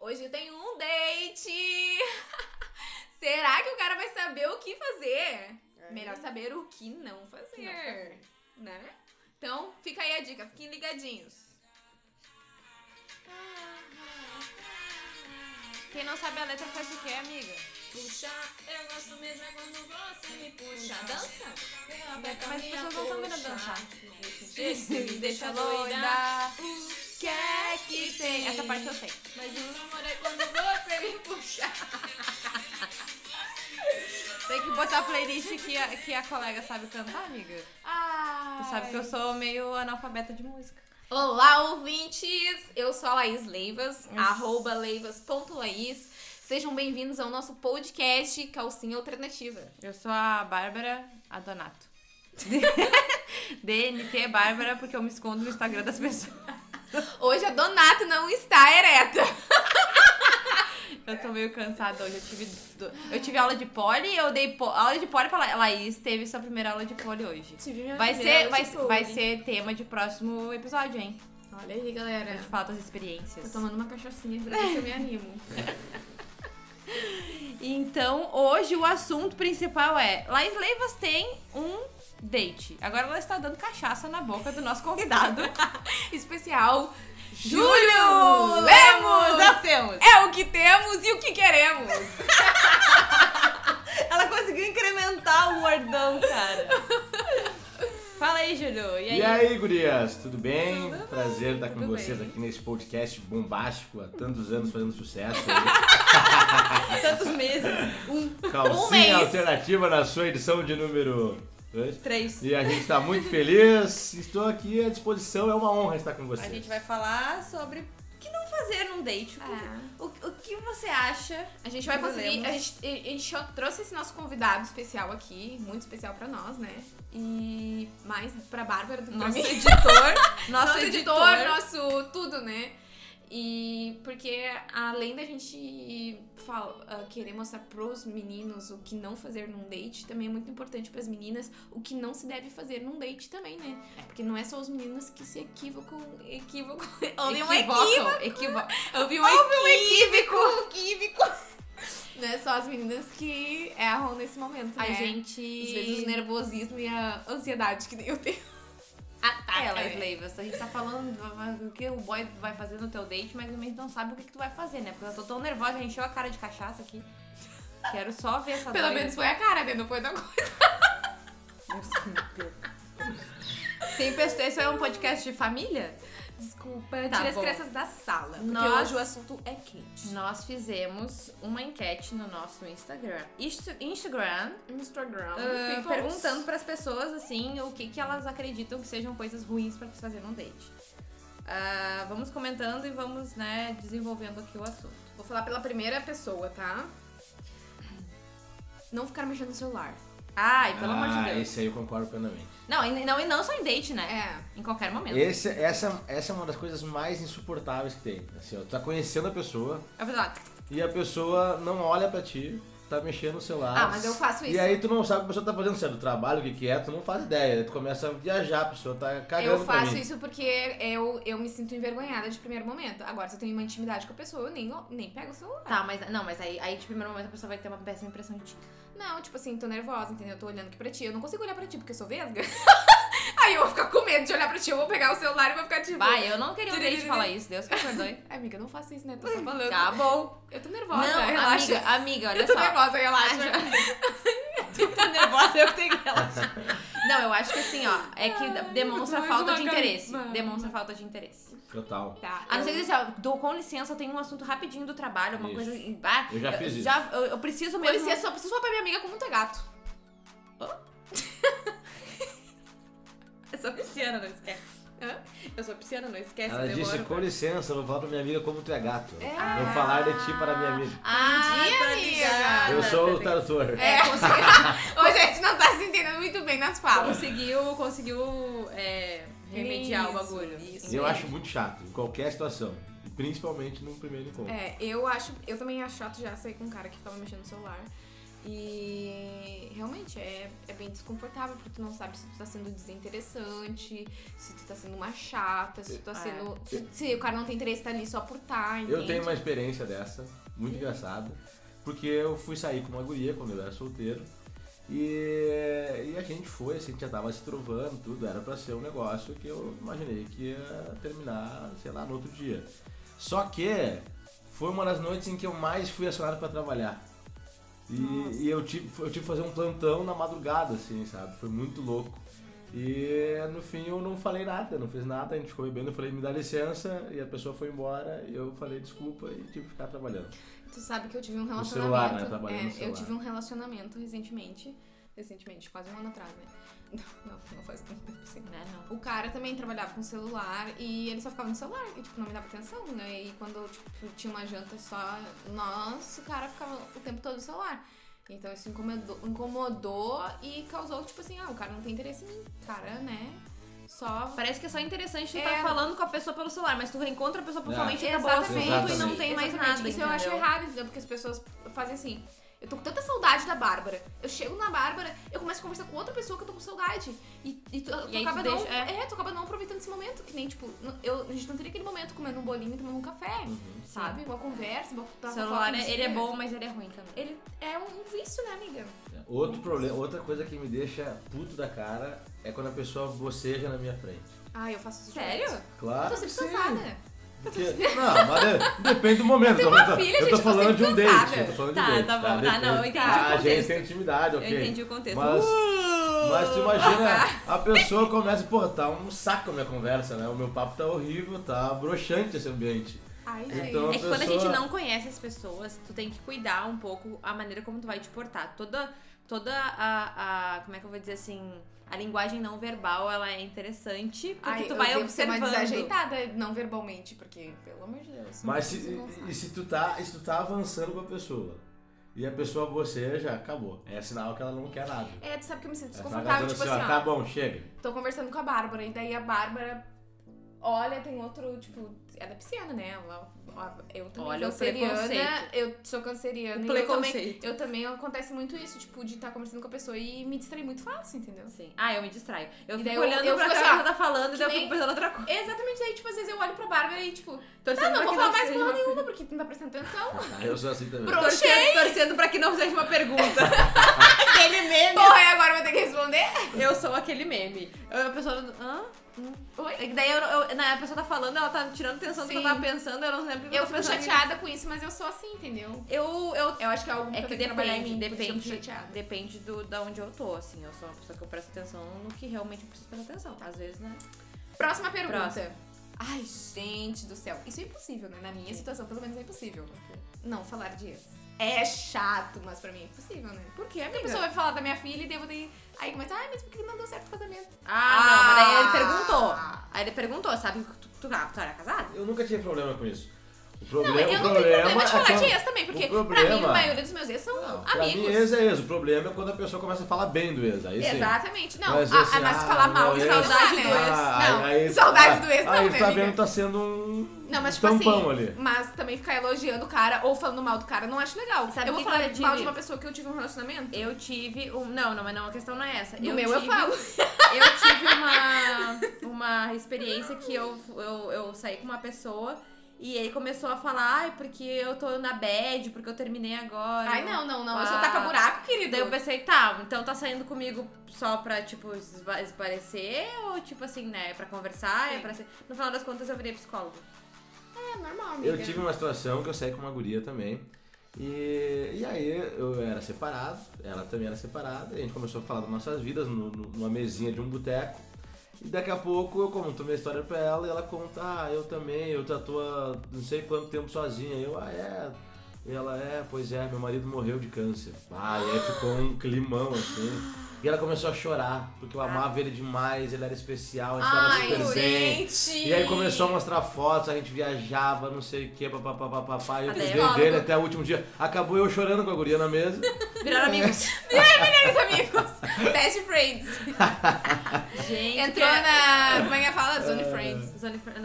Hoje tem um date! Será que o cara vai saber o que fazer? É. Melhor saber o que não fazer, Que não fazer. né? Então, fica aí a dica, fiquem ligadinhos. Quem não sabe a letra faz o quê, amiga? Puxa, eu gosto mesmo é quando você me puxa. Mas as pessoas não estão vendo dançar. Esse me deixa doida. Doida. O que é que tem? Essa parte eu sei. Mas o namoro é quando você me puxa. Tem que botar a playlist que a, que a colega sabe cantar, amiga. Ah. Tu sabe que eu sou meio analfabeta de música. Olá, ouvintes! Eu sou a Laís Leivas, arroba leivas.laís. Sejam bem-vindos ao nosso podcast Calcinha Alternativa. Eu sou a Bárbara Adonato. DNT Bárbara, porque eu me escondo no Instagram das pessoas. Hoje a Donato não está ereta. Eu tô meio cansada hoje. Eu tive, do- eu tive aula de pole, eu dei po- aula de pole pra La- Laís, teve sua primeira aula de pole hoje. Vai ser, vai, vai ser tema de próximo episódio, hein? Olha aí, A galera. gente fala das Tô experiências. tomando uma cachaçinha pra ver se eu me animo. Então, hoje o assunto principal é: Laís Leivas tem um date. Agora ela está dando cachaça na boca do nosso convidado, Especial Júlio Lemos! Lemos! Nós temos! É o que temos e o que queremos. Ela conseguiu incrementar o wordão, cara. Fala aí, Júlio. E aí? E aí, gurias, tudo bem? Tudo Prazer estar com tudo vocês bem. aqui nesse podcast bombástico, há tantos anos fazendo sucesso. aí. Tantos meses. Um, um Calcinha mês. Alternativa na sua edição de número 2. Três. E a gente está muito feliz, estou aqui à disposição, é uma honra estar com A vocês. gente vai falar sobre o que não fazer num date. Ah. O, o que você acha? A gente vai Júlio conseguir. Lemos. A gente, a gente cho- trouxe esse nosso convidado especial aqui, muito especial pra nós, né? E mais pra Bárbara do que pra Nosso mim. editor. Nosso, nosso editor, editor. nosso tudo, né? E porque além da gente fal- ah, querer mostrar pros meninos o que não fazer num date, também é muito importante pras meninas o que não se deve fazer num date também, né? Porque não é só os meninos que se equivocam, equivocam. Houve um equívoco. Equivocam, equivo- Houve um equívoco. um Não é só as meninas que erram nesse momento, né? A gente. Às vezes o nervosismo e a ansiedade que nem eu tenho. Ataca, É, Las né? Leivas, a gente tá falando do- do que o boy vai fazer no teu date, mas também não sabe o que, que tu vai fazer, né? Porque eu tô tão nervosa, já encheu a cara de cachaça aqui. Quero só ver essa Pelo doida. menos foi a cara, né? Não foi da coisa. Nossa, meu Deus. Tem pessoas. Esse é um podcast de família? Desculpa, Tá tira as bom. crianças da sala. Porque Nós- hoje o assunto é quente. Nós fizemos uma enquete no nosso Instagram. Insta- Instagram, No Instagram. ah, people- perguntando pras pessoas assim o que, que elas acreditam que sejam coisas ruins pra se fazer num date. Ah, vamos comentando e vamos, né, desenvolvendo aqui o assunto. Vou falar pela primeira pessoa, tá? Não ficar mexendo no celular. Ai, pelo amor de ah, Deus. esse aí eu concordo plenamente. Não, e não, e não só em date, né? É. Em qualquer momento. Esse, essa, essa é uma das coisas mais insuportáveis que tem. Assim, ó, tu tá conhecendo a pessoa Eu vou lá, e a pessoa não olha pra ti, tá mexendo no celular. Ah, mas eu faço isso. E aí tu não sabe o que a pessoa tá fazendo, se é do trabalho, o que que é, tu não faz ideia. Aí Tu começa a viajar, a pessoa tá cagando Eu faço pra mim. isso porque eu, eu me sinto envergonhada de primeiro momento. Agora, se eu tenho uma intimidade com a pessoa, eu nem, nem pego o celular. tá, mas não, mas aí, aí de primeiro momento a pessoa vai ter uma péssima impressão de ti. Não, tipo assim, tô nervosa, entendeu? Eu tô olhando aqui pra ti. Eu não consigo olhar pra ti porque eu sou vesga. Aí eu vou ficar com medo de olhar pra ti. Eu vou pegar o celular e vou ficar tipo. Vai, eu não queria um date falar isso, Deus que me perdoe. Amiga, não faça isso, né? Tô só falando. Tá bom. Eu tô Não, nervosa, relaxa. amiga, amiga, olha eu tô só. nervosa, relaxa. Tu tá nervosa, eu que tenho que relaxar. Não, eu acho que assim, ó, é que demonstra mais falta uma de gama- interesse. uma- Demonstra falta de interesse. Total. Tá. A não ser que assim, ó, dou com licença, eu tenho um assunto rapidinho do trabalho, uma Isso. coisa. em- Ah, Eu já fiz isso. Já, eu, eu Com preciso mesmo. licença, só preciso falar pra minha amiga com é muito gato. Eu sou pisciana, não esquece. Hã? Eu sou pisciana, não esquece. Ela eu disse, demoro com pra- licença, eu vou falar pra minha amiga como tu é gato. Vou falar de ti para minha amiga. Ah, Entendi, tá amiga. ligado, eu sou o tá ligado. tradutor. Ah, É, conseguiu. Hoje a gente não tá se entendendo muito bem nas falas. Ah, Conseguiu, conseguiu é, remediar o Isso, bagulho. isso. E eu acho muito chato, em qualquer situação. Principalmente no primeiro encontro. É, eu acho. Eu também acho chato já sair com um cara que tava mexendo no celular. E realmente é, é bem desconfortável, porque tu não sabe se tu tá sendo desinteressante, se tu tá sendo uma chata, se tu tá É. sendo. Se, se o cara não tem interesse, tá ali só por tá, entende? Eu tenho uma experiência dessa, muito engraçada, porque eu fui sair com uma guria quando eu era solteiro. E, e a gente foi, assim, já tava se trovando, tudo, era pra ser um negócio que eu imaginei que ia terminar, sei lá, no outro dia. Só que foi uma das noites em que eu mais fui acionado pra trabalhar. E, e eu, tive, eu tive que fazer um plantão na madrugada, assim, sabe? Foi muito louco. E no fim eu não falei nada, não fiz nada, a gente ficou bebendo, eu falei, me dá licença, e a pessoa foi embora, e eu falei desculpa e tive que ficar trabalhando. Tu sabe que eu tive um No relacionamento. celular, né? Trabalhando é, no eu celular. tive um relacionamento recentemente. Recentemente, quase um ano atrás, né? Não, não, não faz tanto tempo assim. Não, é, não. O cara também trabalhava com celular e ele só ficava no celular e, tipo, não me dava atenção, né? E quando, tipo, tinha uma janta só nós, o cara ficava o tempo todo no celular. Então isso incomodou, incomodou e causou, tipo assim, ah, o cara não tem interesse em mim. Cara, né? Só. Parece que é só interessante tu É. tá falando com a pessoa pelo celular, mas tu reencontra a pessoa pessoalmente, é. acabou o assunto Exatamente. e não tem mais Exatamente. nada. Isso eu entendeu? acho errado, entendeu? Porque as pessoas fazem assim. Eu tô com tanta saudade da Bárbara. Eu chego na Bárbara, eu começo a conversar com outra pessoa que eu tô com saudade. E, e tu, tu aí tu acaba não. deixa- é. é. tu acaba não aproveitando esse momento. Que nem, tipo, n- eu, a gente não teria aquele momento comendo um bolinho e tomando um café. Sabe? Uma conversa, uma Uhum, O uma celular, fofoca, é- não sei ele o é quê. bom, mas ele é ruim também. Ele é um vício, né, amiga? Outro problema, outra coisa que me deixa puto da cara é quando a pessoa boceja na minha frente. Ah, eu faço isso. Sério? direto. Eu Claro. tô que sempre sim, cansada. porque- não, mas é- depende do momento. Eu tô, uma falando- filha, eu gente, tô eu tô falando de um sempre date. cansada. Eu tô falando é Tá, de um date. tá bom, tá, não, eu Depende- entendi o A gente contexto. tem intimidade, ok. Eu entendi o contexto. Uh! Mas, mas tu imagina, a pessoa começa, pô, tá um saco a minha conversa, né? O meu papo tá horrível, tá broxante esse ambiente. Ai, Então- gente. É que quando a pessoa- gente não conhece as pessoas, tu tem que cuidar um pouco a maneira como tu vai te portar. Toda, toda a, a- Como é que eu vou dizer assim? A linguagem não verbal, ela é interessante, porque Ai, tu eu vai devo ser observando. mais desajeitada, não verbalmente, porque, pelo amor de Deus. Mas não se, consigo avançar. e se tu tá, e se tu tá avançando com a pessoa e a pessoa boceja, acabou. É sinal que ela não quer nada. É, tu sabe que eu me sinto Ela tá desconfortável, dizendo tipo assim, ó, assim, tá ó. bom, chega. Tô conversando com a Bárbara, e daí a Bárbara olha, tem outro, tipo, ela é pisciana, né? Ela, ó, eu também Olha o canceriana, preconceito. eu sou canceriana, O e eu também, preconceito. eu também acontece muito isso, tipo, de estar conversando com a pessoa e me distrair muito fácil, entendeu? Sim. Ah, eu me distraio. Eu E fico daí eu- olhando eu pra fico cara assim, que ela tá falando, e que daí eu nem- fico pensando outra coisa. Exatamente, daí, tipo, às vezes eu olho pra Bárbara e, tipo, tá, Torcendo não pra vou que falar mais seja porra uma- nenhuma, porque tu não tá prestando atenção. Ah, eu sou assim também. Bro- Torcendo, torcendo pra que não seja uma pergunta. aquele meme. Porra, e agora eu vou ter que responder? Eu sou aquele meme. Eu- a pessoa. Hã? Oi? É que Daí eu, eu- na- a pessoa tá falando, ela tá tirando atenção do que eu Sim. tava pensando, eu não lembro o que É Eu tô fico pensando. chateada com isso, mas eu sou assim, entendeu? Eu, eu Eu acho que é algo que, eu É que tenho que trabalhar em mim, depende, por isso que eu fico depende, chateada. depende do, da onde eu tô, assim. Eu sou uma pessoa que eu presto atenção no que realmente eu preciso prestar atenção. Às vezes, né? Próxima pergunta. Próxima. Ai, gente do céu. Isso é impossível, né? Na minha situação, pelo menos é impossível. Não falar de ex. É chato, mas pra mim é impossível, né? Por é quê? Porque a pessoa vai falar da minha filha e devo ter. Aí começa, ai, mas por que não deu certo o casamento? Ah, não, mas daí ele Ah. perguntou. Aí ele perguntou, sabe? Tu, tu, ah, tu era casado? Eu nunca tive problema com isso. O Não, problema, eu o não problema tenho problema de é falar quando- de ex também, porque o pra mim problema- a maioria dos meus ex são Não, pra mim, amigos. ex é ex. O problema é quando a pessoa começa a falar bem do ex. Aí sim. Exatamente. Não, Mas mas, a, assim, a- mas ah, falar mal meu de ex, saudade ah, do ex. Não, aí- aí- saudade do ex não, Aí né, tu tá amiga? vendo que tá sendo um Não, mas um tipo tampão assim, ali. mas também ficar elogiando o cara ou falando mal do cara não acho legal. Sabe eu vou que falar quando eu mal tive- de uma pessoa que eu tive um relacionamento? Eu tive um. Não, não, mas não, a questão não é essa. Do eu meu tive, eu falo. Eu tive uma, uma experiência que eu, eu, eu saí com uma pessoa e ele começou a falar, ai, porque eu tô na bad, porque eu terminei agora. Ai, não, não, não. Eu sou Ah. tapa-buraco, querida. Daí eu pensei, tá, então tá saindo comigo só pra, tipo, esva- esclarecer ou, tipo assim, né, pra conversar, é Sim. pra ser... No final das contas, eu virei psicóloga. É normal, amiga. Eu tive uma situação que eu saí com uma guria também. E, e aí eu era separado, ela também era separada, e a gente começou a falar das nossas vidas no- no- numa mesinha de um boteco. E daqui a pouco eu conto minha história pra ela e ela conta, ah, eu também, eu tô à toa não sei quanto tempo sozinha. Eu, ah, é. E ela, é, pois é, meu marido morreu de câncer. Ah, e aí ficou um climão assim. E ela começou a chorar, porque eu amava ele demais, ele era especial, a gente tava Ai, super zen. gente! E aí começou a mostrar fotos, a gente viajava, não sei o que, papapá, papapá, e eu Até cuidei logo. dele até o último dia. Acabou eu chorando com a guria na mesa. Viraram amigos. Melhores amigos. Best friends. Gente, Entrou que- é na. Como é que fala? Zone friends. Zone, fr- na,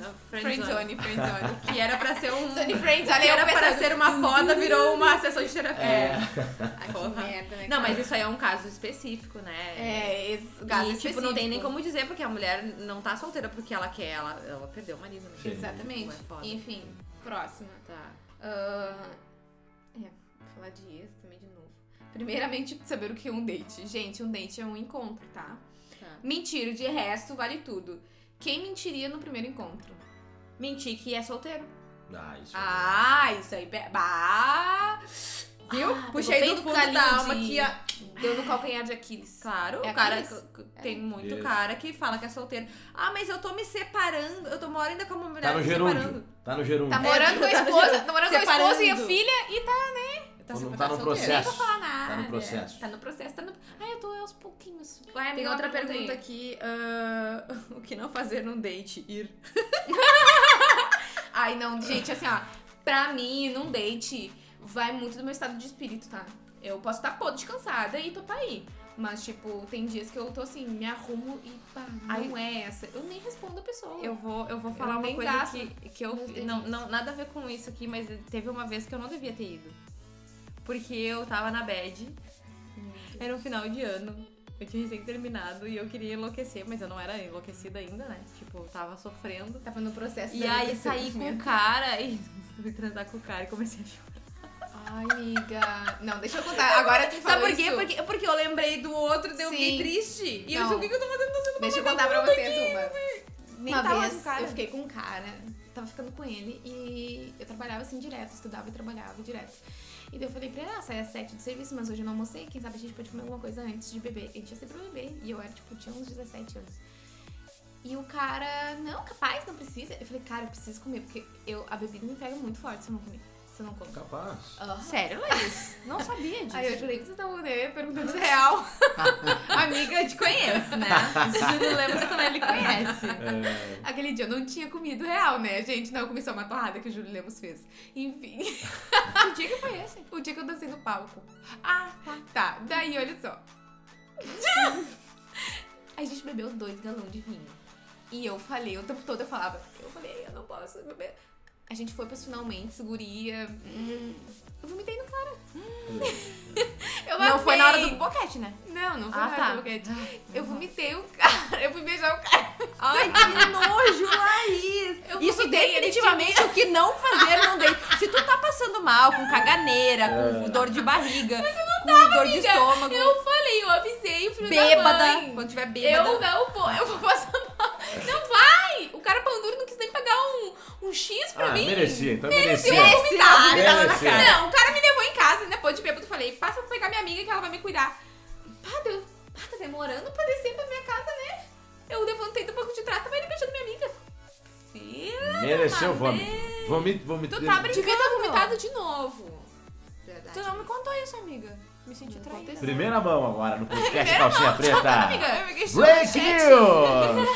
na friend zone. Friendzone, friendzone. Que era pra ser um. Zone friends, olha aí, que era eu pra pensando- ser uma foda, virou uma sessão de terapia. É. Ai, Que porra. merda, né? Não, mas cara? isso aí é um caso específico, né? É, esse E, caso tipo, não tem nem específico. como dizer, porque a mulher não tá solteira porque ela quer, ela, ela perdeu o marido, né? Sim. Exatamente. É foda. Enfim, próxima. Tá. Ah, é, vou falar de ex também de novo. Primeiramente, saber o que é um date. Gente, um date é um encontro, tá? tá. Mentira, de resto, vale tudo. Quem mentiria no primeiro encontro? Mentir que é solteiro. Ah, isso. Ah, isso aí. be- Bah! Viu? Ah, Puxei pegou do bem no fundo da calinho alma de- aqui, ó. Deu no calcanhar de Aquiles. Claro, É o cara aqueles- c- c- tem um muito Isso. cara que fala que é solteiro. Ah, mas eu tô me separando, eu tô moro ainda com uma mulher Tá no me gerúndio. separando. Tá no gerúndio. Tá morando com a tá no esposa, jeito- tá morando com a esposa e a separando. filha e tá, Tá no- se- tá no solteiro. processo. nem vou falar nada. Tá no processo. Tá no processo, tá no... Ai, eu tô aos pouquinhos. Vai, amiga, Tem outra outra pergunta pergunta aí. aqui. ah, o que não fazer num date? Ir. Ai, não, gente, assim, ó. Pra mim, num date, vai muito do meu estado de espírito, tá? Eu posso estar podre, cansada e topar aí. Mas, tipo, tem dias que eu tô assim, me arrumo e pá, não é essa. Eu nem respondo a pessoa. Eu vou, eu vou falar uma nem coisa gasto que, que eu meus fi- não, dedinhos. não nada a ver com isso aqui, mas teve uma vez que eu não devia ter ido. Porque eu tava na bed, era um final de ano. Eu tinha recém terminado e eu queria enlouquecer, mas eu não era enlouquecida ainda, né? Tipo, eu tava sofrendo. Tava no processo. E da aí depressão saí com o mesmo. cara e fui transar com o cara e comecei a chorar. Ai, amiga. Não, deixa eu contar. Agora tu Sabe falou por quê? isso. Porque, porque eu lembrei do outro, daí eu fiquei Sim. triste. E eu Não. disse, o que, que eu tô fazendo fazendo Deixa eu contar pra vocês uma. um Nem uma tava vez com o cara. eu fiquei com um cara, tava ficando com ele e eu trabalhava assim direto, estudava e trabalhava direto. E daí eu falei pra ele, ah, sai às 7 do serviço, mas hoje eu não almocei, quem sabe a gente pode comer alguma coisa antes de beber. A gente ia sempre beber. E eu era, tipo, tinha uns 17 anos. E o cara, não, capaz, não precisa. Eu falei, cara, eu preciso comer, porque eu, a bebida me pega muito forte se eu não comer. Se eu não comer. Capaz. Ah, Sério, Laís? Não sabia disso. Aí eu jurei que vocês estavam né, perguntando real. Amiga, eu te conheço, né? Júlio Lemos também ele conhece. É, Aquele dia eu não tinha comido real, né, gente? Não, eu comi só uma torrada que o Júlio Lemos fez. Enfim. O dia que foi esse? O dia que eu dancei no palco. Ah, tá. Tá, daí olha só. A gente bebeu dois galões de vinho. E eu falei, o tempo todo eu falava, eu falei, eu não posso beber. A gente foi pros finalmente, seguria. hum, eu vomitei no cara. Eu Não foi na hora babei. do boquete, né? Não, não foi Ah, na hora tá. do boquete. Eu vomitei o cara. Eu fui beijar o cara. Ai, que nojo, Laís! Eu Isso vomitei, ele um- definitivamente é o que não fazer não date. Se tu tá passando mal, com caganeira, com É. dor de barriga, com dor de estômago, Eu falei, eu avisei o filho da bêbada, mãe. quando tiver bêbada. Eu não vou, eu vou passar mal. Não vai! O cara pão duro não quis nem pagar um, um X pra Ah, mim. merecia, então Merecia, merecia. eu vou vomitar. Merecia. Merecia. Não, o cara me levou em casa, né? Pô, de bêbado, falei, passa pra pegar minha amiga que ela vai me cuidar. Pá, deu, pá, tá demorando pra descer pra minha casa, né? Eu levantei do banco de trás, tava ele beijando minha amiga. Filha, Mereceu o Parabéns. vômito. Vômito, vômito. tu tá brincando. Devia ter vomitado de novo. Verdade. Tu não me contou isso, amiga. Me senti Não traída. aconteceu. Primeira mão agora no podcast Calcinha Preta. Tá, Amiga, eu fiquei Break News!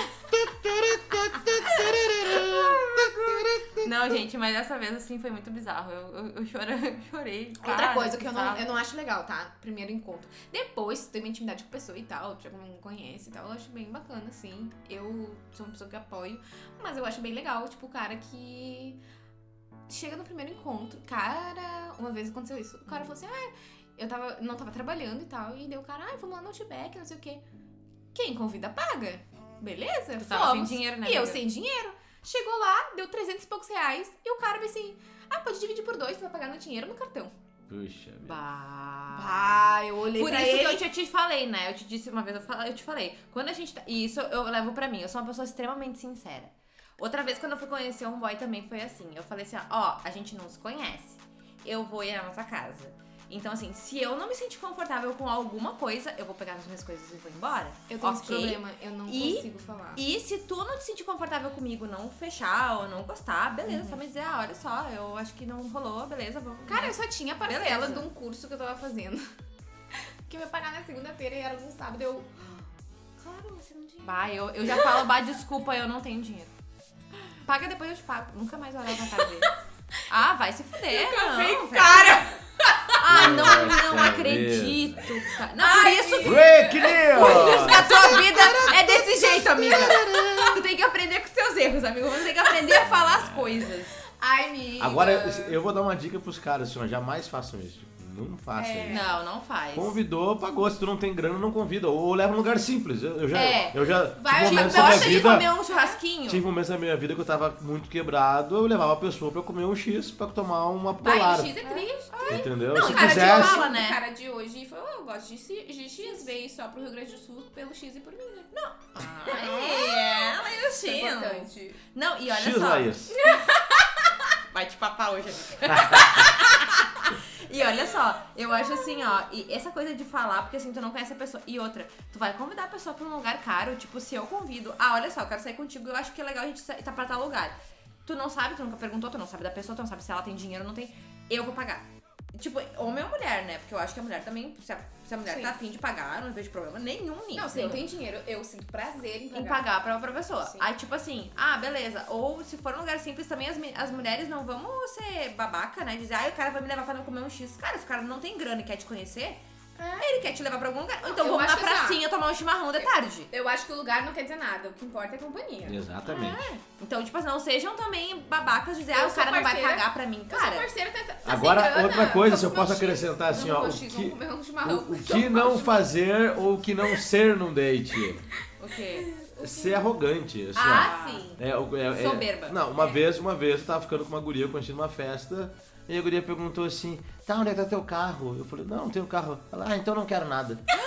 Não, gente, mas dessa vez, assim, foi muito bizarro. Eu, eu, eu chora- eu chorei. Outra claro, coisa que eu não, bizarro. eu não acho legal, tá? Primeiro encontro. Depois, se tu tem uma intimidade com a pessoa e tal, já não conhece e tal, eu acho bem bacana, assim. Eu sou uma pessoa que apoio, mas eu acho bem legal, tipo, o cara que chega no primeiro encontro. Cara, uma vez aconteceu isso. O cara falou assim, ah, eu tava, não tava trabalhando e tal, e deu o cara, ah, vamos lá no Outback, não sei o quê. Quem convida, paga. Beleza? Tu tava sem Fomos. dinheiro, né? E eu amiga? sem dinheiro. Chegou lá, deu 300 e poucos reais, e o cara me assim, ah, pode dividir por dois, tu vai pagar no dinheiro ou no cartão. Puxa, vida. Bah. Ah, eu olhei Por pra isso ele. que eu já te falei, né? Eu te disse uma vez, eu, fal- eu te falei. Quando a gente tá... E isso eu levo pra mim, eu sou uma pessoa extremamente sincera. Outra vez, quando eu fui conhecer um boy, também foi assim. Eu falei assim, ó, ó, a gente não se conhece. Eu vou ir na tua casa. Então, assim, se eu não me sentir confortável com alguma coisa, eu vou pegar as minhas coisas e vou embora. Eu tenho esse Ok? problema, eu não E- consigo falar. E se tu não te sentir confortável comigo, não fechar ou não gostar, beleza, Uhum. só me dizer, ah, olha só, eu acho que não rolou, beleza, vamos. Cara, eu só tinha a parcela Beleza. de um curso que eu tava fazendo. que eu ia pagar na segunda-feira e era no sábado. Eu. Claro, você não tinha. Bah, eu, eu já falo, bah, desculpa, eu não tenho dinheiro. Paga depois eu te pago. Nunca mais olhar pra cara dele. Ah, vai se fuder. Nunca não, vem, velho. cara! Ah, não, Nossa, não meu acredito. cara. Não, Ai, por isso que Break news! a tua vida é desse jeito, amiga. Tu tem que aprender com os teus erros, amigo. Você tem que aprender a falar as coisas. Ai, amiga. Agora, eu vou dar uma dica pros caras, assim, ó, jamais façam isso. Tipo, Não façam É. isso. Não, não faz. Convidou, pagou. Se tu não tem grana, não convida. Ou leva um lugar simples. Eu, eu já. É. Eu já Vai, tive eu momentos já da minha Gosta de vida. comer um churrasquinho? Tive momentos da minha vida que eu tava muito quebrado. Eu levava a pessoa pra comer um X pra tomar uma Vai, polar. X é triste. Entendeu? Não, Se cara, de quisesse. fala, né? É. O cara de hoje falou, "Oh, eu gosto de X, de X, veio só pro Rio Grande do Sul pelo X e por mim, né? Não, É, ela e o é Chino. importante. Não, e olha X, só. Laís. Vai te papar hoje, amiga. E olha só, eu acho assim, ó, e essa coisa de falar, porque assim, tu não conhece a pessoa. E outra, tu vai convidar a pessoa pra um lugar caro, tipo, se eu convido, ah, olha só, eu quero sair contigo, eu acho que é legal a gente sair tá pra tal lugar. Tu não sabe, tu nunca perguntou, tu não sabe da pessoa, tu não sabe se ela tem dinheiro ou não tem. Eu vou pagar. Tipo, homem ou mulher, né? Porque eu acho que a mulher também, se a, se a mulher Sim. tá afim de pagar, eu não vejo problema nenhum nisso. Não, se não tem dinheiro, eu sinto prazer em pagar. Em pagar pra outra pessoa. Sim. Aí, tipo assim, ah, beleza. Ou se for um lugar simples também, as, me- as mulheres não vamos ser babaca, né? Dizer, ah, o cara vai me levar pra não comer um X. Cara, se o cara não tem grana e quer te conhecer, ele quer te levar pra algum lugar. Ou então É. eu vamos na acho que, assim, pracinha tomar um chimarrão de tarde. Eu acho que o lugar não quer dizer nada, o que importa é a companhia. Exatamente. Então, tipo assim, não sejam também babacas dizer, Eu ah, o sou cara não vai parceira. pagar pra mim. Eu sou Cara, parceira tá, tá Agora, sem grana, outra coisa, se eu vamos posso comer um X, acrescentar assim, vamos ó, comer um o X, que- vamos comer um chimarrão, O, o vamos que tomar um não chimarrão. fazer ou o que não ser num date? o quê? Ser arrogante. Assim, ó. Ah, sim. É, o- é- é- Soberba. Não, uma vez, uma vez eu tava ficando com uma guria, eu conheci numa festa, e a guria perguntou assim, tá, onde é que tá teu carro? Eu falei, não, não tenho carro. Ela, ah, então não quero nada. Ma-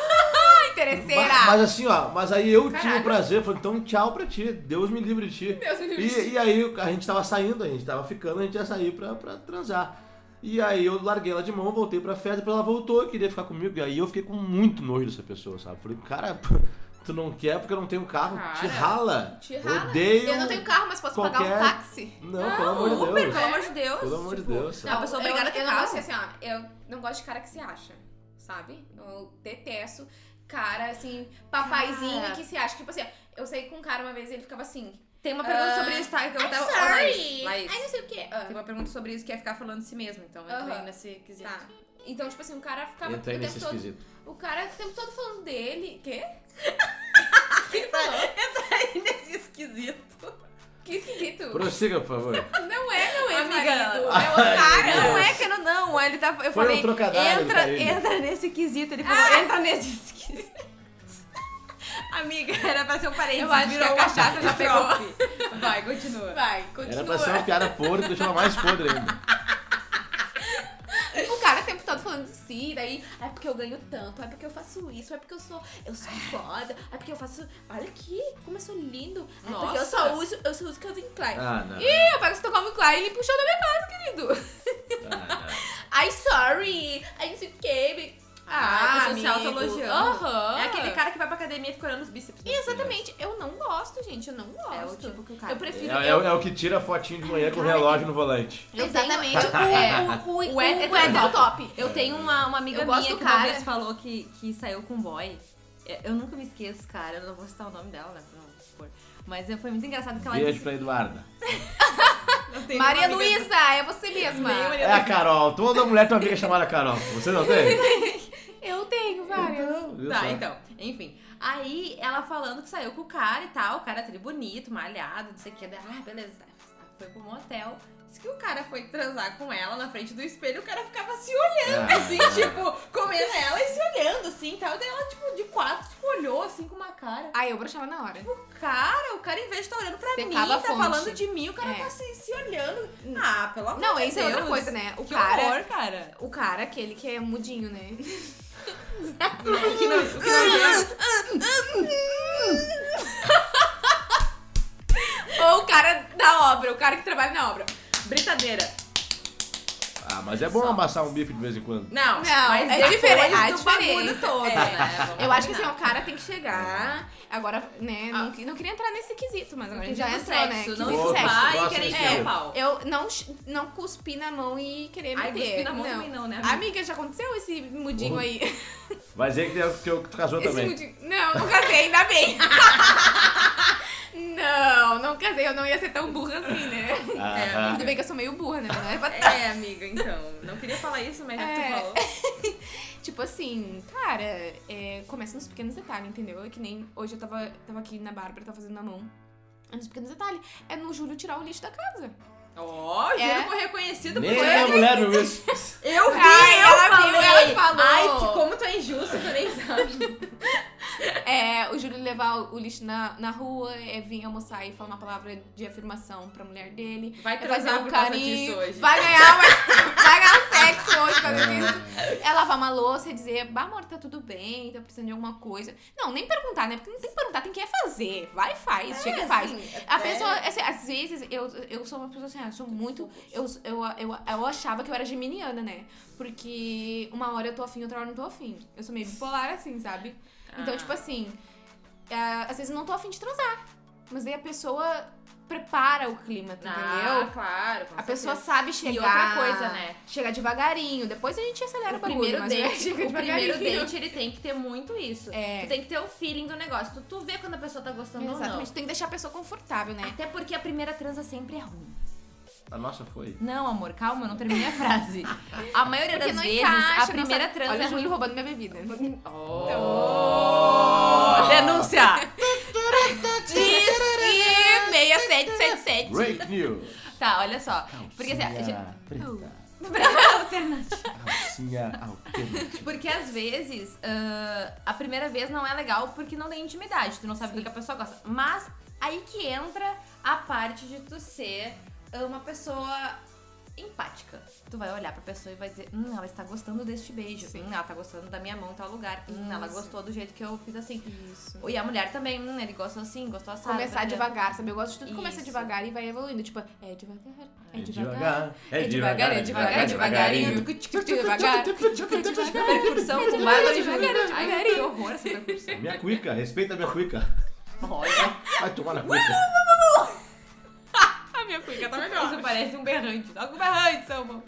Interesseira! Mas, assim, ó, mas aí eu tinha o Caralho. prazer, eu falei, então tchau pra ti, Deus me livre de ti. Deus me livre de ti. E, e aí a gente tava saindo, a gente tava ficando, a gente ia sair pra, pra transar. E aí eu larguei ela de mão, voltei pra festa, depois ela voltou e queria ficar comigo. E aí eu fiquei com muito nojo dessa pessoa, sabe? Falei, cara, tu não quer porque eu não tenho carro, Cara, te rala. Te rala. Odeio. Eu não tenho carro, mas posso qualquer- pagar um táxi. Não, pelo amor de Uber, Deus. pelo amor de Deus. Pelo amor de Tipo, Deus, sabe? Não, a pessoa obrigada a eu, ter eu não carro. gosto assim, ó, eu não gosto de cara que se acha, sabe? Eu detesto cara, assim, papaizinho Cara. que se acha. Tipo assim, ó, eu saí com um cara uma vez e ele ficava assim, Tem uma pergunta Ah, sobre isso, tá? Que eu I'm até. Ô, sorry, Laís, Laís. ai não sei o quê. Ah, Tem uma pergunta sobre isso que é ficar falando de si mesmo, então eu Aham. entrei nesse quesito. tá. Então, tipo assim, o cara ficava Entrei o tempo nesse todo... esquisito. O cara é o tempo todo falando dele. Quê? nesse esquisito. Que esquisito. Prossiga, por favor. Não é, não é, Amiga. marido. É o cara. Não é que eu não, não, ele tá. Eu Foi falei. um trocadilho, entra, Karine. entra nesse quesito. Ah. Ele falou, entra nesse esquisito. Amiga, era pra ser um parente. Eu acho que a cachaça já pegou. Vai, continua. Vai, Era continua. pra ser um- uma piada podre, deixou ela mais podre ainda. O cara o tempo todo falando de si, daí, é porque eu ganho tanto, é porque eu faço isso, é porque eu sou, eu sou foda, é porque eu faço, olha aqui, como eu sou lindo, é porque eu Nossa. só uso, eu só uso Calvin Klein. Ah, não. Ih, eu pego Stockholm Klein e ele puxou da minha casa, querido. Ah, não. Ai, sorry, ai, não sei o que. Ah, pessoa amigo. se autoelogiando. Aham. É aquele cara que vai pra academia e fica olhando os bíceps. né? Exatamente, eu não gosto, gente, eu não gosto. É o tipo que o cara. Eu prefiro... É, é o- é o que tira a fotinho de manhã com o relógio no volante. eu- Exatamente, É. o, o, o, O o, hétero- o hétero top. Eu tenho uma, uma amiga Eu minha gosto do que uma cara. vez falou que, que saiu com um boy. É, Eu nunca me esqueço, cara. Eu não vou citar o nome dela, né? pra Não, expor. Mas é, foi muito engraçado que ela Beijo disse. pra Eduarda. Não tem Maria nenhuma amiga- Luísa, é você mesma. Nenhuma Maria É a Carol. Toda mulher tem uma amiga chamada Carol. Você não tem? Eu tenho várias. Então, viu só? Tá, então, enfim. Aí ela falando que saiu com o cara e tal, o cara tri bonito, malhado, não sei o que. daí, Ah, beleza. tá, tá, Foi pro motel. Diz que o cara foi transar com ela na frente do espelho, o cara ficava se olhando, Ah. assim, tipo, comendo ela e se olhando, assim, e tal. Daí ela, tipo, de quatro, tipo, olhou, assim, com uma cara. Ai, eu brochava na hora. Cara, o cara, em vez de tá olhando pra Secava mim, a tá fonte. falando de mim, o cara É. Hum. tá se, se olhando. Ah, pelo amor de Não, Deus. isso é outra coisa, né? O Que cara. horror, cara. O cara, aquele que é mudinho, né? Que nojo, que nojo. Ou o cara da obra, o cara que trabalha na obra. Britadeira. Ah, Ah, mas é bom amassar um bife de vez em quando. Não, Não, mas é depois diferente, é do diferente. bagulho todo, É. né? Eu acho que assim, ó, o cara tem que chegar. Agora, né? Não, não queria entrar nesse quesito, mas agora a gente já entrou, né? sexo, Quesito não Gosto, sexo. chupar e gosto querer desse enfiar filme. o é pau. Eu não, ch- não cuspi na mão e querer Ai, meter. cuspir na mão também não, né, Amiga? amiga? já aconteceu esse mudinho Porra, aí? Vai dizer que, é- que eu- que tu casou Esse um também. mudinho. Não, não casei, ainda bem. não, não casei, eu não ia ser tão burra assim, né? um Ah, Tudo bem que eu sou meio burra, né? Mas não é pra É, amiga, então. Não queria falar isso, mas já que É. tu falou. Tipo assim, cara, é, começa nos pequenos detalhes, entendeu? É que nem hoje eu tava, tava aqui na Bárbara, tava fazendo na mão. É nos pequenos detalhes. É no Júlio tirar o lixo da casa. Ó, o É. Júlio foi um reconhecido por Nem a minha mulher viu isso. Eu vi, Ai, eu ela falei. viu, ela falou. Ai, que como tu é injusto, tu nem sabe. É, o Júlio levar o, o lixo na, na rua, é vir almoçar e falar uma palavra de afirmação pra mulher dele. Vai É fazer transar um por causa disso carinho. hoje. Vai ganhar, uma- vai ganhar um sexo hoje pra isso. É lavar uma louça e dizer, bah, amor, tá tudo bem, tá precisando de alguma coisa. Não, nem perguntar, né? Porque não tem que perguntar, tem que é fazer. Vai, faz, É, chega e faz. A pessoa, assim, às vezes, eu, eu sou uma pessoa assim, ah, eu sou muito. Eu, eu, eu, eu achava que eu era geminiana, né? Porque uma hora eu tô afim, outra hora eu não tô afim. Eu sou meio bipolar assim, sabe? Então, Ah. tipo assim, é, às vezes eu não tô afim de transar. Mas daí a pessoa prepara o clima, tu Ah, entendeu? claro. com A pessoa certeza. sabe chegar. E outra coisa, né? Chegar devagarinho. Depois a gente acelera O bagulho, primeiro mas é date, chega o primeiro devagarinho. date, ele tem que ter muito isso. É. Tu tem que ter o feeling do negócio. Tu, tu vê quando a pessoa tá gostando ou Exatamente. Tem que deixar a pessoa confortável, né? não. É, Até porque a primeira transa sempre é ruim. A nossa foi. Não, amor, calma, eu não terminei a frase. A maioria Porque das não vezes, encaixa, a primeira nossa... transa Olha é o Júlio ruim. roubando minha bebida. Oh, Denúncia! Diz que 6777. Break news. Tá, olha só. Porque assim, a gente- Calcinha preta. Calcinha alternativa. Porque às vezes ah, a primeira vez não é legal porque não tem intimidade, tu não sabe do que a pessoa gosta. Mas aí que entra a parte de tu ser ah, uma pessoa empática. Tu vai olhar pra pessoa e vai dizer, hum, ela está gostando deste beijo. Hum, ela tá gostando da minha mão em tal lugar. Hum, ela Isso. gostou do jeito que eu fiz assim. Isso. E a mulher também, hum, ele gostou assim, gostou assim. Começar devagar, sabe? Eu gosto de tudo que começa Isso. devagar e vai evoluindo. Tipo, é devagar, é É devagar. devagar, é devagar, é devagar, é devagarinho. tucu, tucu, tucu, devagar. Percussão É com devagar, Bárbara e devagar, Júlia. Ai, devagarinho. que horror essa percussão. Minha cuica, respeita a minha cuica. Olha. Vai tomar na cuica. A minha cuica tá Isso parece um berrante. Toca um berrante, seu irmão.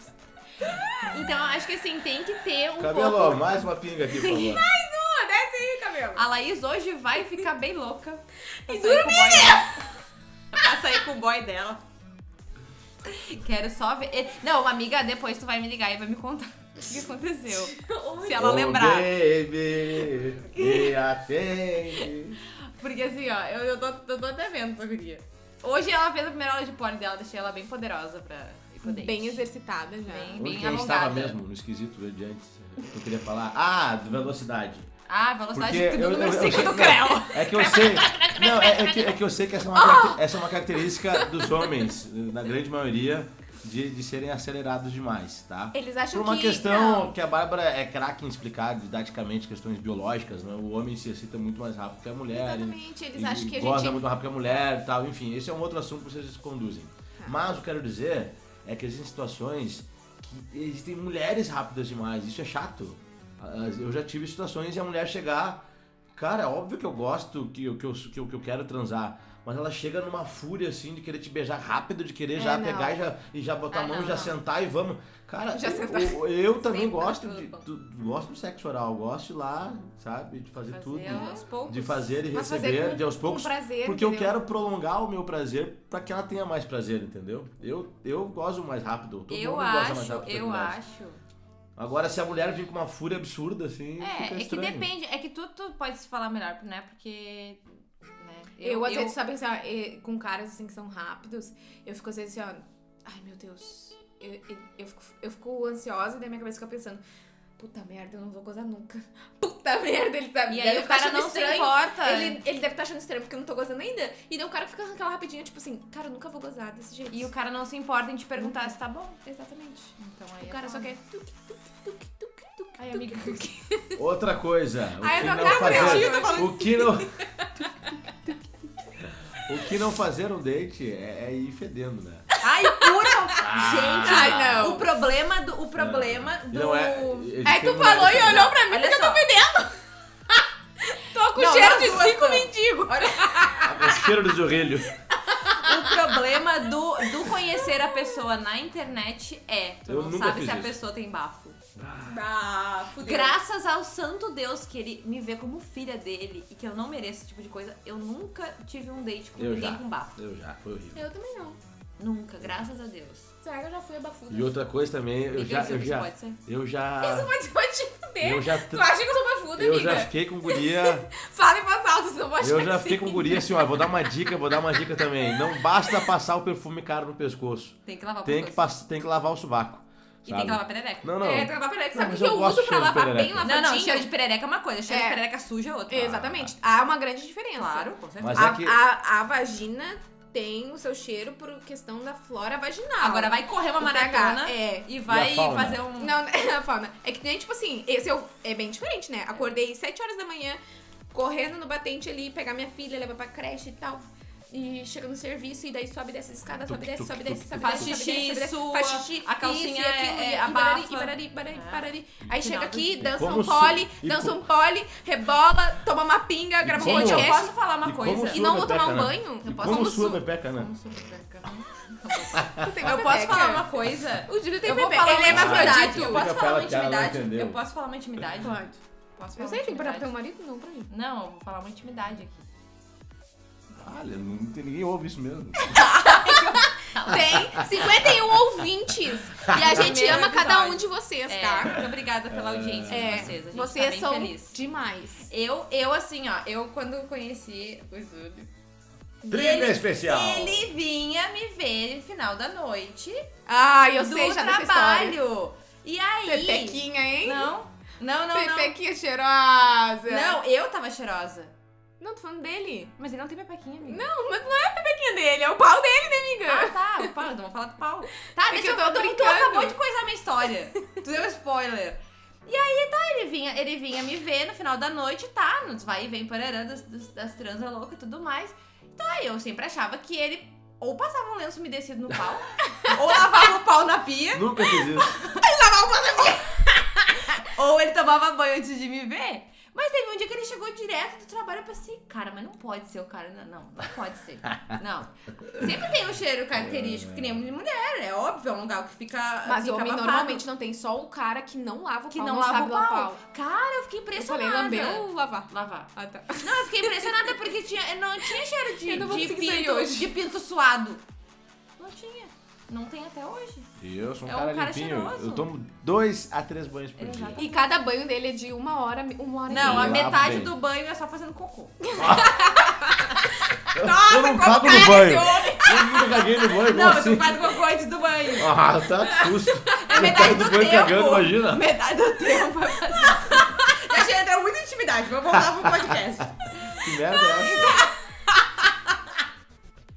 Então, eu acho que assim, tem que ter um Cabelo, pouco... mais uma pinga aqui, por favor. Desce aí, cabelo. A Laís hoje vai ficar bem louca. E dormir! Pra sair com o boy dela. Quero só ver... eh, Não, amiga, depois tu vai me ligar e vai me contar o que aconteceu. Se ela Oh, lembrar. Baby, me atende. Porque assim, ó, eu, eu, tô, eu tô até vendo pra guria. Hoje ela fez a primeira aula de pole dela, deixei ela bem poderosa pra ir pro date. Bem exercitada já. Bem. Onde que eu alongada. estava mesmo, no esquisito de antes, que eu queria falar. Ah, do velocidade. Ah, velocidade Porque do eu- número eu- 5 eu sei- do não, Creu. É que eu sei. Não, é, é que, é que eu sei que essa é, uma, Oh! caracter- essa é uma característica dos homens, na grande maioria, de, de serem acelerados demais, tá? Eles acham Por uma que... questão não. que a Bárbara é craque em explicar didaticamente questões biológicas, né? O homem se excita muito mais rápido que a mulher. e- Exatamente, eles e acham que a goza gente... muito rápido que a mulher e tal. Enfim, esse é um outro assunto que vocês conduzem. Tá. Mas o que eu quero dizer é que existem situações que existem mulheres rápidas demais. Isso é chato. As- Eu já tive situações e a mulher chegar... Cara, óbvio que eu gosto, que eu, que eu, que eu, que eu quero transar. Mas ela chega numa fúria, assim, de querer te beijar rápido, de querer É, já não. pegar e já, e já botar a Ah, mão e não, já não. sentar e vamos. Cara, Já eu- sentar. eu, eu também Sentar gosto tudo, de, pô. do- gosto do sexo oral, gosto de ir lá, sabe, de fazer, tudo aos poucos. de fazer e Mas fazer receber com- de aos com poucos, prazer, porque eu entendeu? quero prolongar o meu prazer pra que ela tenha mais prazer, entendeu? Eu eu gosto mais rápido, todo Eu mundo gosta mais acho, rápido. que eu mulher. acho. Agora se a mulher vir com uma fúria absurda assim, É, fica é que estranho. depende. É que tu, tu pode se falar melhor, né? Porque. Né? Eu, às vezes, sabe, assim, ó, e- com caras assim que são rápidos, eu fico às vezes assim, ó, ai meu Deus. Eu, eu, eu fico, eu fico ansiosa e daí minha cabeça fica pensando, puta merda, eu não vou gozar nunca. Puta merda, ele tá E deve aí o tá cara achando não se estranho. importa. Ele, ele deve estar achando estranho porque eu não tô gozando ainda. E daí o cara fica aquela rapidinha, tipo assim, cara, eu nunca vou gozar desse jeito. E o cara não se importa em te perguntar se tá bom. Exatamente. Então aí. O é cara só foda. quer. tuque, tuque, tuque, tuque, tuque, Ai, tuque, amiga. tuque. Outra coisa, o Ah, Ai, que eu tô não acabando, fazer, eu tô falando. o que não O que não fazer um date é, é ir fedendo, né? Ai, pura! Ah. Gente, Ai, não. O problema do. O problema E do. Não é, Aí eles tu têm um- falou e olhou pra mim Olha porque eu só. tô vendendo. tô com Não, cheiro nós de duas cinco tamo. mendigos. Ah, Cheiro de orelho. O problema do, do conhecer a pessoa na internet é tu Eu não nunca sabe fiz se a isso. pessoa tem bafo. Ah, fudeu. Graças ao santo Deus que ele me vê como filha dele e que eu não mereço esse tipo de coisa, eu nunca tive um date com Eu ninguém já. com bafo. Eu já, foi horrível. Eu também não. Nunca, graças a Deus. Será que eu já fui abafuda? E outra coisa também, eu Amiga, já. isso- Eu isso já. pode ser? Eu Isso já. pode, pode te fuder. Eu já. Tu acha que eu sou abafuda, Eu amiga? já fiquei com guria. Fala em voz alta, você não pode Eu achar já que fiquei sim. com guria assim, ó. Vou dar uma dica, vou dar uma dica também. Não basta passar o perfume caro no pescoço. Tem que lavar o Tem que, pescoço. pass- tem que lavar o sovaco. E tem sabe? que lavar tá- a perereca. Não, não. É, tem que lavar perereca. Sabe o Não, mas que eu eu, gosto uso de pra cheiro de lavar bem perereca. lavadinho? Não, não, cheiro de perereca é uma coisa, cheiro É. de perereca suja é outra. Exatamente. Há uma grande diferença. Claro, com certeza. Mas a, é que- a, a vagina tem o seu cheiro por questão da flora vaginal. Agora vai correr uma O pH, maratona É. e E vai a fauna? fazer um. Não, né, fauna. É que nem, tipo assim, esse eu, é bem diferente, né? Acordei 7 horas da manhã, correndo no batente ali, pegar minha filha, levar pra creche e tal. E chega no serviço, e daí sobe dessa escada, sobe Tuc, desce, tuc, sobe tuc, desce, sobe tuc, desce, tuc. sobe desce, sobe desce, Faz xixi, faz sua, xixi, a calcinha isso e aquilo, é- e- é e abafa. barari, E barari, barari, É. barari. Aí Final chega do aqui, dia. dança Como um se- pole, e dança co- um pole, rebola, toma uma pinga, grava um como- Gente, eu podcast. posso falar uma E como coisa? E sua não vou pepeca, tomar um né? banho? E Eu posso como tomar um sua suco. pepeca, né? Tu tem uma Eu posso pepeca. falar uma coisa? O Júlio tem Eu vou bebê, falar ele é uma intimidade. hermafrodito. Eu Fica posso falar pra uma ela que ela não intimidade? entendeu. Eu posso falar uma intimidade? Pode. Posso falar Eu uma sei, tem que parar pro teu intimidade? marido, não pra mim. Não, eu vou falar uma intimidade aqui. Olha, não tem, ninguém ouve isso mesmo. Tem 51 ouvintes. E a gente Primeiro ama cada episódio. um de vocês, É, tá? muito obrigada pela audiência É, de vocês. A gente tá vocês bem são feliz. demais. Eu, eu, assim, ó, eu quando conheci o Zúlio, Trilha é especial. ele vinha me ver no final da noite Ai, eu do sei já dessa história. é trabalho. E aí. Pepequinha, hein? Não, não, é não, não. Pepequinha cheirosa. Não, eu tava cheirosa. Não, tô falando dele. Mas ele não tem pepequinha, amiga. Não, mas não é a pepequinha dele, é o pau dele, né, amiga? Ah, tá, o pau, então vamos falar do pau. Tá, É deixa que eu eu tô tu- Tu brincando. acabou de coisar minha história. Tu deu spoiler. E aí, tá, ele vinha, ele vinha me ver no final da noite, tá, nos vai e vem parará das, das, das transas loucas e tudo mais. Tá, eu sempre achava que ele ou passava um lenço umedecido no pau, ou lavava o pau na pia, Nunca fiz isso. ou ele tomava banho antes de me ver. Mas teve um dia que ele chegou direto do trabalho e eu pensei, cara, mas não pode ser o cara. Não, não, não pode ser. Não. Sempre tem um cheiro característico, que nem de mulher, é óbvio, é um lugar que fica. Mas fica homem abafado. normalmente não tem só o cara que não lava o que pau, não, não lava sabe o pau. lavar o pau. Cara, eu fiquei Eu impressionada. falei lamber ou lavar? Lavar. Ah, tá. Não, eu fiquei impressionada porque tinha, não tinha cheiro de, Eu não vou de, conseguir sair pinto, hoje. de pinto suado. Não tinha. Não tem até hoje. E eu sou um É um cara, cara limpinho. cheiroso. Eu tomo dois a três banhos por dia. Exatamente. E cada banho dele é de uma hora, uma hora Não, e a meia. lavo metade bem. do banho é só fazendo cocô. Eu- Nossa, eu não como cago caga no esse banho. Eu nunca caguei no banho, como Não, mas assim? tu faz cocô antes do banho. Ah, tá susto. É metade do tempo. cagando, imagina. Metade do tempo é fazer. Já achei até muita intimidade. Vamos voltar pro podcast. Que merda é essa?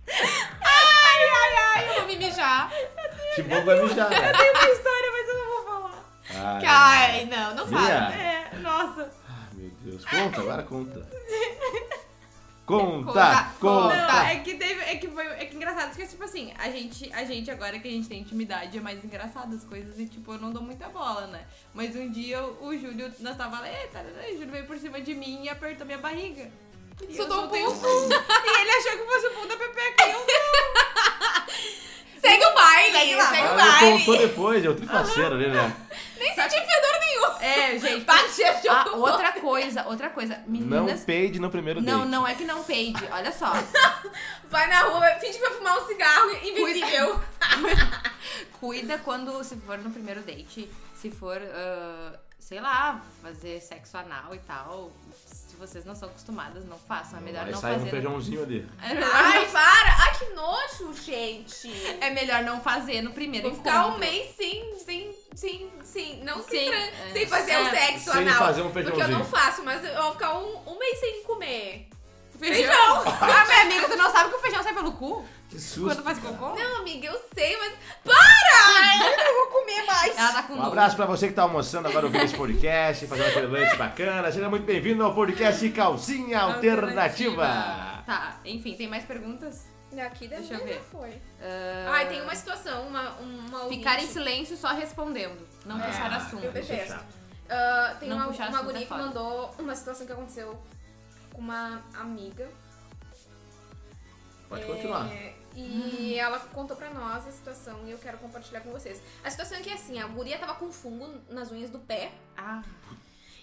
Ai, ai, ai, eu vou me mijar. Que bom vai mijar. né? Tem uma história, mas eu não vou falar. Ai, Ai, não, não Bia. fala. É, nossa. ai, meu Deus. Conta, agora conta. Conta, Conta, Não, conta. é que teve. É que foi. É que engraçado, porque, tipo assim, a gente, a gente, agora que a gente tem intimidade, é mais engraçado as coisas e, tipo, eu não dou muita bola, né? Mas um dia o o Júlio, nós tava lá, eita, né? o Júlio veio por cima de mim e apertou minha barriga. E Isso eu dou um soltei o pulso. pulso. E ele achou que fosse o pulso da Pepeca. E eu Segue o baile, segue, Segue lá. Ah, o me baile. contou depois, eu trifaceiro ali, né? Nem senti fedor nenhum. É, gente. Para de ser Tá de Ah, horror. outra coisa, outra coisa. Não Meninas. peide no primeiro Não, date. não é que não peide, olha só. Vai na rua, finge que vai fumar um cigarro invisível. Cuida quando, se for no primeiro date, se for, ah, sei lá, fazer sexo anal e tal. Se vocês não são acostumadas, não façam. É melhor Aí não sai um fazer. no- feijãozinho ali. É melhor, Ai, para. Ai, que nojo, gente. é melhor não fazer no primeiro Vou ficar um encontro. mês sem, sem, sem, sem, não Sem- sem, tran- é. sem fazer É. um sexo Sem anal. fazer um porque eu feijãozinho. não faço, mas eu vou ficar um, um mês sem comer. Feijão? Ah, minha amiga, tu não sabe que o feijão sai pelo cu? Que susto. Quando faz cocô? Não, amiga, eu sei, mas... Para! eu não vou comer mais. Ela tá com Um nojo. abraço pra você que tá almoçando agora ouvindo esse podcast, fazendo aquele lanche bacana. Seja muito bem-vindo ao podcast Calcinha Alternativa. Tá, enfim, tem mais perguntas? Daqui da Deixa eu minha ver. já foi. Ah, Ai, tem uma situação, uma, uma Ficar em ouvinte- silêncio só respondendo. Não É, puxar eu assunto. vejo- isso é chato. Ah, tem Não uma, puxar uma assunto é guria que foda. mandou uma situação que aconteceu com uma amiga. Pode continuar. É, e ela contou pra nós a situação e eu quero compartilhar com vocês. A situação é que assim, a guria tava com fungo nas unhas do pé Ah,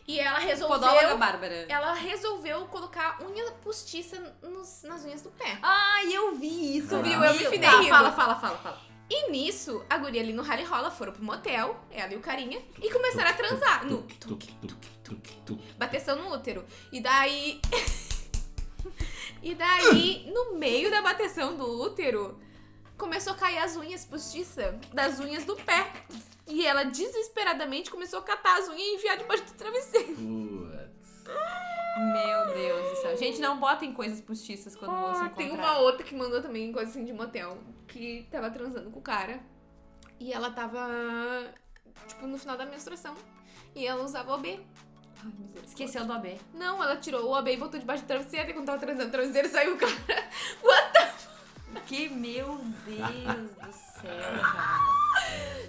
e ela podóloga resolveu. Bárbara. Ela resolveu colocar unha postiça nos- nas unhas do pé. Ai, eu vi isso, Caralho. viu? Eu me finei. Tá, fala, fala, fala, fala, fala. E nisso, a guria ali no rally rola foram pro motel, ela e o carinha, e começaram a transar. No Tuc, tuc, tuc, tuc. bateção no útero. E daí. e daí, no meio da bateção do útero, começou a cair as unhas postiça das unhas do pé. E ela desesperadamente começou a catar as unhas e enfiar debaixo do travesseiro. Putz. Meu Deus do céu. Gente, não botem coisas postiças quando vão se Ah, encontrar. tem uma outra que mandou também coisa assim de motel, que tava transando com o cara. E ela tava, tipo, no final da menstruação. E ela usava OB. Ai, meu Deus. Esqueceu do AB. Não, ela tirou o OB e botou debaixo do travesseiro. E quando tava transando o travesseiro, saiu o cara. Que meu Deus do céu, cara.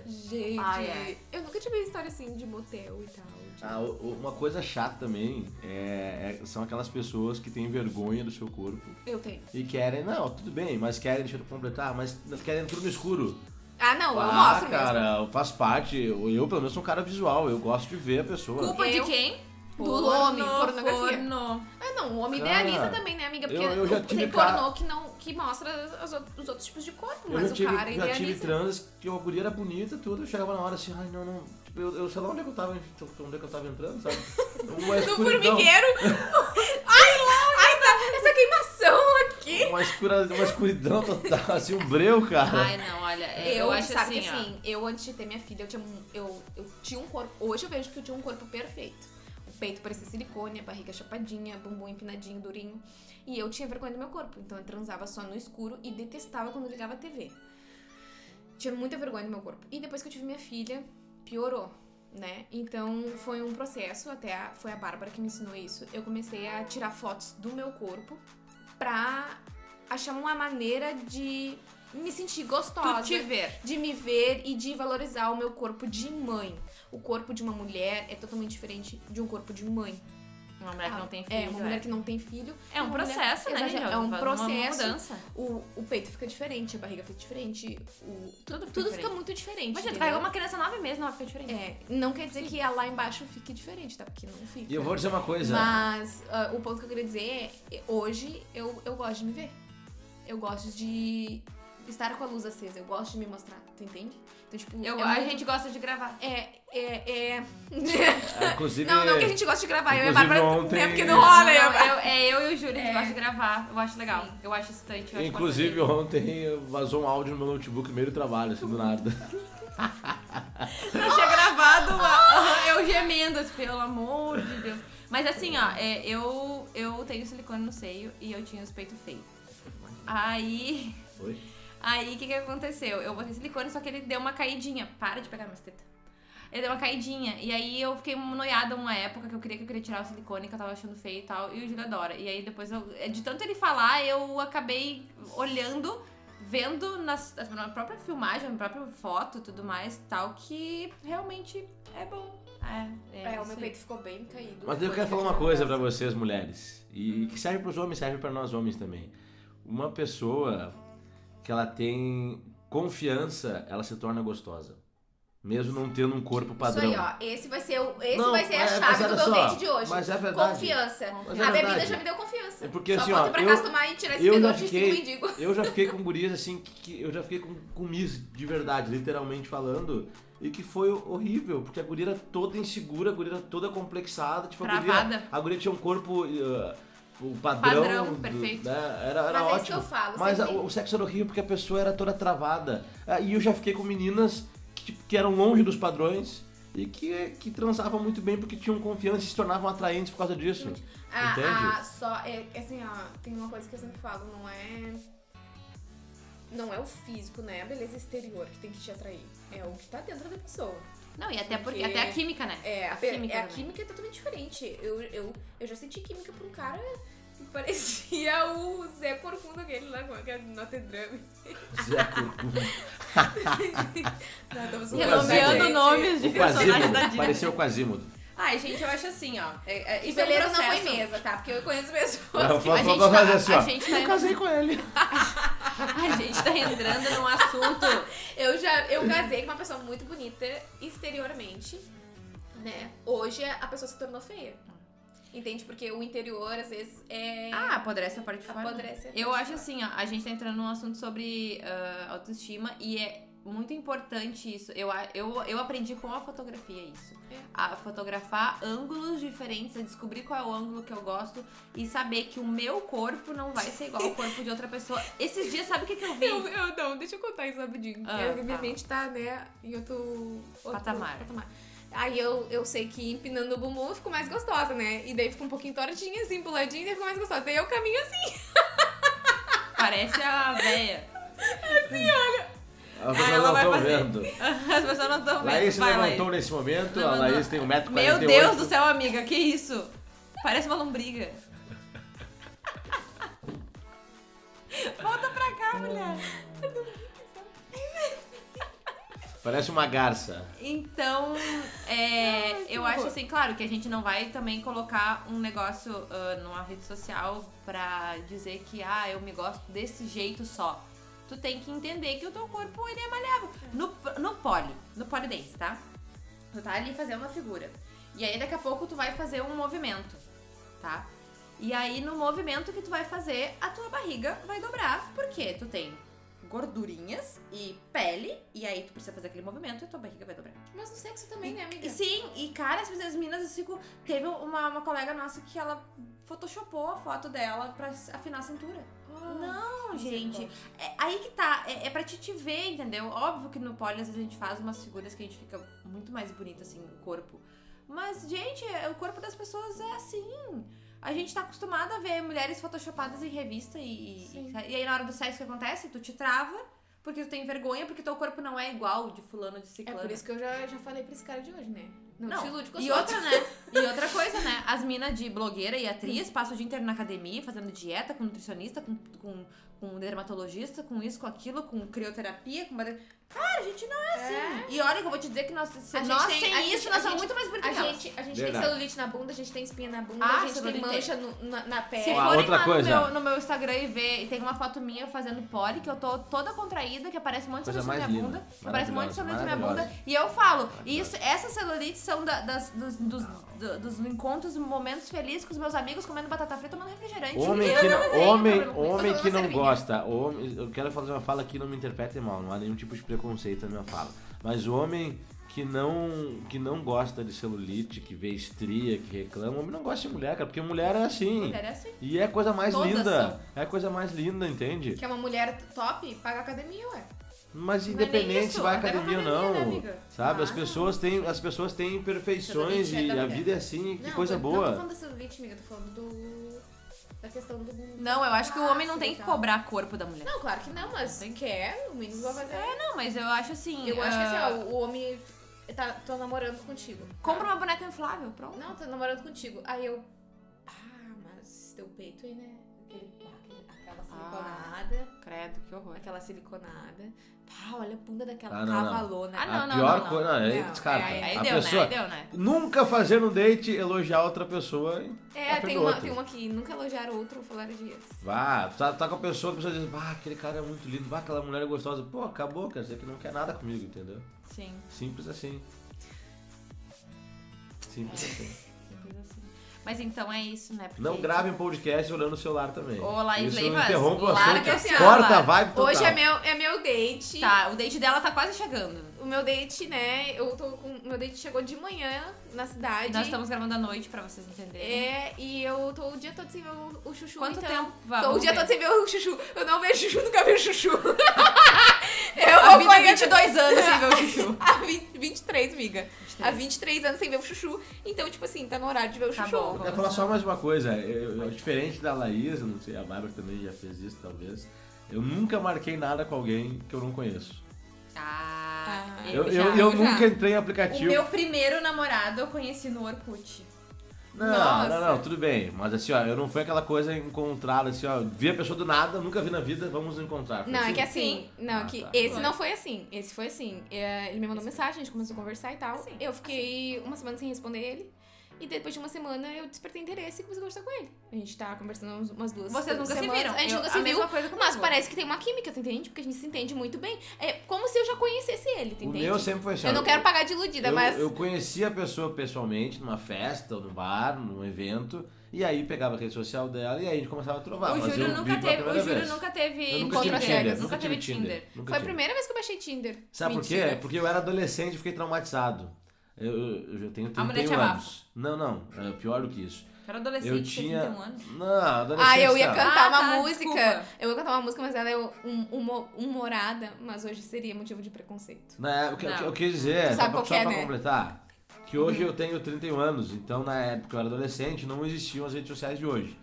Gente, Ah, é. eu nunca tive história assim de motel e tal. de- Ah, o- o- uma coisa chata também é- é- são aquelas pessoas que têm vergonha do seu corpo Eu tenho. e querem, não, tudo bem, mas querem, deixa eu completar, mas querem tudo no escuro. Ah, não, eu ah, mostro mesmo. cara, faz parte, eu, eu, pelo menos sou um cara visual, eu gosto de ver a pessoa. Culpa de Eu- quem? Do homem, pornografia. Porno. Ah, não, o homem Cara, idealiza também, né, amiga? Porque eu- eu já tive tem cara- pornô que, não, que mostra as outras- os outros tipos de corpo, eu mas já o tive, cara é já tive idealiza. trans que a guria era bonita e tudo, eu chegava na hora assim, ai não, não, tipo, eu, eu sei lá onde é que eu tava, onde é que eu tava entrando, sabe? Uma No escuridão, formigueiro. ai, ai, tá, essa queimação aqui. uma, escura, uma escuridão total, assim, um breu, cara. Ai, não, olha. é, Eu, Eu, acho sabe assim, que ó. assim, eu antes de ter minha filha, eu tinha, um- eu, eu tinha um corpo. Hoje eu vejo que eu tinha um corpo perfeito. O peito parecia silicone, a barriga chapadinha, bumbum empinadinho, durinho. E eu tinha vergonha do meu corpo. Então eu transava só no escuro e detestava quando ligava a TV. Tinha muita vergonha do meu corpo. E depois que eu tive minha filha, piorou, né? Então foi um processo, até a- foi a Bárbara que me ensinou isso. Eu comecei a tirar fotos do meu corpo pra achar uma maneira de me sentir gostosa Tu te ver. de me ver e de valorizar o meu corpo de mãe. O corpo de uma mulher é totalmente diferente de um corpo de mãe. Uma mulher que não tem filho. é, uma mulher que não tem filho. É um uma mulher- processo, né, Exato, gente? É um Uma processo. mudança. O, o peito fica diferente, a barriga fica diferente, o, Tudo fica tudo diferente. fica muito diferente. Imagina, tu entendeu? carregou uma criança nove meses, não vai ficar diferente. É, não quer dizer que a lá embaixo fique diferente, tá? Porque não fica. E eu vou dizer uma coisa, Mas ah, o ponto que eu queria dizer é, hoje eu, eu gosto de me ver. Eu gosto de estar com a luz acesa, eu gosto de me mostrar, tu entende? Então, tipo, Eu, é a muito- gente gosta de gravar. É, é, é. inclusive... Não, não que a gente gosta de gravar, eu e a Inclusive, Bárbara, ontem- né, porque não rola. Não, eu- eu- é eu e o Júlio, a gente É. gosta de gravar. Eu acho legal. Eu acho excitante. Eu acho Inclusive, bacana. ontem vazou um áudio no meu notebook no meio do trabalho, assim, Uhum. do nada. eu tinha gravado uma- eu gemendo, assim, pelo amor de Deus. Mas assim, ó, é, eu, eu tenho silicone no seio e eu tinha os peitos feios. Aí, Oi? aí o que que aconteceu? Eu botei silicone, só que ele deu uma caidinha. Para de pegar minhas tetas. Ele deu uma caidinha. E aí eu fiquei noiada uma época que eu queria que eu queria tirar o silicone, que eu tava achando feio e tal. E o Júlio adora. E aí depois eu. é, De tanto ele falar, eu acabei olhando, vendo nas- na própria filmagem, na própria foto e tudo mais tal, que realmente é bom. É, é, É, o isso meu aí. peito ficou bem caído. Mas eu quero falar uma coisa pra vocês, mulheres. Uhum. E que serve pros homens, serve pra nós homens também. Uma pessoa que ela tem confiança, ela se torna gostosa. Mesmo não tendo um corpo padrão. Isso aí, ó. Esse vai ser, o, esse Não, vai ser a mas- mas chave do olha meu só, date de hoje. mas é verdade. Confiança. Mas é a bebida verdade. já me deu confiança. É porque, Só assim, falta ó, pra eu- casa tomar e tirar esse eu já pedaço de fiquei- do mendigo. Eu já fiquei com gurias assim, que, que- eu já fiquei com, com miss de verdade, literalmente falando. E que foi horrível, porque a guria era toda insegura, a guria era toda complexada. Tipo, a guria, Travada. a guria tinha um corpo eh, o padrão. Padrão, do- perfeito. né? Era, era Mas é isso que ótimo. eu falo. Mas a- sempre. o sexo era horrível porque a pessoa era toda travada. Ah, E eu já fiquei com meninas que, tipo, que eram longe dos padrões e que, que transavam muito bem porque tinham confiança e se tornavam atraentes por causa disso. Ah, Entende? ah, só, é, é assim, ó, tem uma coisa que eu sempre falo, não é. Não é o físico, né? A beleza exterior que tem que te atrair. É o que tá dentro da pessoa. Não, e até porque, Porque- até a química, né? É, a, A pe- química é, a também. química é totalmente diferente. Eu, eu, eu já senti química pra um cara Parecia o Zé Corcunda aquele lá com aquela Notre Dame. Zé Corcunda. Nada, você O Renomeando Quasimodo. nomes de O personagens da Quasimodo. Disney. Pareceu o Quasimodo. Ai, gente, eu acho assim, ó. É, é, E isso é um beleza não foi processo. mesa, tá? Porque eu conheço pessoas. Vamos a gente fazer tá- assim, a ó. gente tá- Eu casei com ele. A gente tá entrando num assunto. Eu já eu casei com uma pessoa muito bonita exteriormente, né? Hoje a pessoa se tornou feia. Entende? Porque o interior às vezes é Ah, apodrece a parte de fora. apodrece. Eu acho assim, ó, a gente tá entrando num assunto sobre ah, autoestima e é muito importante isso. Eu, a- eu, eu aprendi com a fotografia isso. É. A fotografar ângulos diferentes, a descobrir qual é o ângulo que eu gosto e saber que o meu corpo não vai ser igual ao corpo de outra pessoa. Esses dias, sabe o que, que eu vi? Eu, eu não, deixa eu contar isso rapidinho. Ah, Eu- minha tá. mente tá, né, em outro, outro Patamar. Aí eu, eu sei que empinando o bumbum eu fico mais gostosa, né? E daí fica um pouquinho tortinha, assim, puladinha, e daí fica mais gostosa. Daí eu caminho assim. Parece a véia. A pessoa ela não vai estão fazer. vendo. As pessoas não estão vendo. Laís se Vai, levantou Laís. nesse momento. Não, a não. Laís tem 1,48m. Meu Deus do céu, amiga, que isso? Parece uma lombriga. Volta pra cá, mulher. Parece uma garça. Então, é, eu horror. acho assim, claro que a gente não vai também colocar um negócio ah, numa rede social pra dizer que, ah, eu me gosto desse jeito só. Tu tem que entender que o teu corpo, ele é maleável. No, no pole, no pole dance, tá? Tu tá ali fazendo uma figura. E aí, daqui a pouco, tu vai fazer um movimento, tá? E aí, no movimento que tu vai fazer, a tua barriga vai dobrar, porque tu tem gordurinhas e pele, e aí tu precisa fazer aquele movimento e tua barriga vai dobrar. Mas no sexo também, né, amiga? E sim, e cara, as minhas meninas, eu fico. Teve uma, uma colega nossa que ela photoshopou a foto dela pra afinar a cintura. Ah. Não, gente. É, aí que tá. É, é pra te, te ver, entendeu? Óbvio que no pole, às vezes, a gente faz umas figuras que a gente fica muito mais bonita, assim, o corpo. Mas, gente, é- o corpo das pessoas é assim. A gente tá acostumada a ver mulheres photoshopadas em revista e, e, Sim. e aí na hora do sexo o que acontece? Tu te trava porque tu tem vergonha, porque teu corpo não é igual de fulano de É ciclano. por isso que eu já, já falei pra esse cara de hoje, né? Não, Não, te ilude com as E fotos. outra, né? E outra coisa, né? As minas de blogueira e atriz passam o dia inteiro na academia, fazendo dieta com nutricionista, com, com, com dermatologista, com isso, com aquilo, com crioterapia, com... bade- Cara, a gente não é assim. E olha que eu vou te dizer que nós, se A gente nós tem- sem a isso, gente- nós a somos gente- muito mais bonitas. A que elas. gente, a gente tem Verdade. celulite na bunda, a gente tem espinha na bunda, Ah, a gente tem celulite. mancha no- na, na pele. Se Uma forem outra lá coisa. No, meu, no meu Instagram e ver, e tem uma foto minha fazendo pole, que eu tô toda contraída, que aparece um monte de Coisa celulite na minha mais linda. bunda. Aparece um monte de Maravilhosa, celulite na minha bunda. maravilhosa. E eu falo, isso, essas celulites são da- das, dos, dos, do- dos encontros, momentos felizes com os meus amigos, comendo batata frita, tomando refrigerante. Homem Eu que não não, tenho homem, problema com isso. homem Tô que não falando gosta. Homem, eu quero fazer uma fala aqui, não me interpretem mal, não há nenhum tipo de preconceito na minha fala. Mas o homem que não, que não gosta de celulite, que vê estria, que reclama, homem não gosta de mulher, cara, porque mulher é assim. Mulher é assim. E é a coisa mais Todas linda. são. É a coisa mais linda, entende? Que é uma mulher top, paga academia, ué. Mas Não é nem independente se isso, vai à até na academia ou academia, né, não. amiga? sabe? As Ah. pessoas têm, as pessoas têm imperfeições Celulite é e da a mulher. vida é assim, que Não, coisa tô- boa. Não tô falando da celulite, amiga, tô falando do. da questão do. Não, eu acho que o homem não tem que Nossa, legal. cobrar corpo da mulher. Não, claro que não, mas quem quer, o mínimo vai fazer. É, não, mas eu acho assim. Eu acho que assim, ah, ó, o homem tá tô namorando contigo. Compra uma boneca inflável, pronto. Não, tô namorando contigo. Aí eu. Ah, mas teu peito aí, né? Aquele- aquele- Aquela siliconada. Credo, que horror. Aquela siliconada. Pá, olha a bunda daquela Ah, não, não. cavalona. Ah, a não, não, pior não, coisa. Aí Não, descarta. é, Aí a deu, né? pessoa Aí deu, né? nunca fazer um date elogiar outra pessoa. hein? É, Ah, tem pegou uma, outro. tem uma que nunca elogiaram outro, falaram dias. Vá, tá, tá com a pessoa que a pessoa diz, ah, aquele cara é muito lindo, bah, aquela mulher é gostosa. Pô, acabou, quer dizer que não quer nada comigo, entendeu? Sim. Simples assim. Simples assim. Simples assim. Mas então é isso, né? Porque- Não grave um podcast olhando o celular também. Ô, Laís Isso Leivas, interrompe o larga assunto. esse Corta celular. a vibe total. Hoje é meu, é meu date. Tá, o date dela tá quase chegando. O meu date, né? Eu tô com. Meu date chegou de manhã na cidade. Nós estamos gravando à noite pra vocês entenderem. É, e eu tô o dia todo sem ver o, o chuchu. Quanto então. tempo? Tô Vamos o dia ver. todo sem ver o chuchu. Eu não vejo chuchu, nunca vejo chuchu. eu Há vou 20, pagar 22 anos sem ver o Chuchu. Há 20, 23, amiga. 23. Há 23 anos sem ver o chuchu. Então, tipo assim, tá no horário de ver o Tá chuchu. bom. Eu quero falar só mais uma coisa, eu- eu- diferente da Laís, eu não sei, a Bárbara também já fez isso talvez. Eu nunca marquei nada com alguém que eu não conheço. Ah, Ah, Eu, já- eu, eu já. nunca entrei em O aplicativo. meu primeiro namorado eu conheci no Orkut. Não, não, não, tudo bem. Mas assim, ó, eu não foi aquela coisa encontrada, assim, ó, vi a pessoa do nada, nunca vi na vida, vamos nos encontrar. Foi Não, é assim? que assim, Sim. não, Ah, que tá. esse Foi. não foi assim, esse foi assim. É, Ele me mandou mensagem, a gente começou a conversar e tal. Eu fiquei uma semana sem responder ele. E depois de uma semana eu despertei interesse e comecei a conversar com ele. A gente tá conversando uns- umas duas Vocês nunca se semanas. viram. A gente Eu- nunca se viu. mesma coisa Mas comigo. parece que tem uma química, tu entende? Porque a gente se entende muito bem. É como se eu já conhecesse ele, tu O entende? meu sempre foi assim. eu ó, não quero pagar de iludida, eu, mas. eu conheci a pessoa pessoalmente, numa festa, ou num bar, num evento, e aí pegava a rede social dela e aí a gente começava a trovar. O mas Júlio eu nunca vi pela teve, o primeira Júlio vez. nunca teve Eu nunca encontro tive às Tinder. cegas, Nunca tive Tinder. nunca Foi a tive. primeira vez que eu baixei Tinder. Sabe por quê? Mentira. É Porque eu era adolescente e fiquei traumatizado. Eu, eu, eu tenho A mulher 31 te abafa. anos. Não, não. É pior do que isso. Era adolescente, eu tinha tinha. 31 anos. Não, adolescente. Ah, eu ia tá. cantar Ah, uma tá, música. desculpa. Eu ia cantar uma música, mas ela é um- humo- humorada, mas hoje seria motivo de preconceito. Na época, Não. é, eu, eu quis Tu dizer, só, sabe pra, qual que só é, pra né? Uhum. completar, que hoje eu tenho 31 anos, então na época eu era adolescente, não existiam as redes sociais de hoje.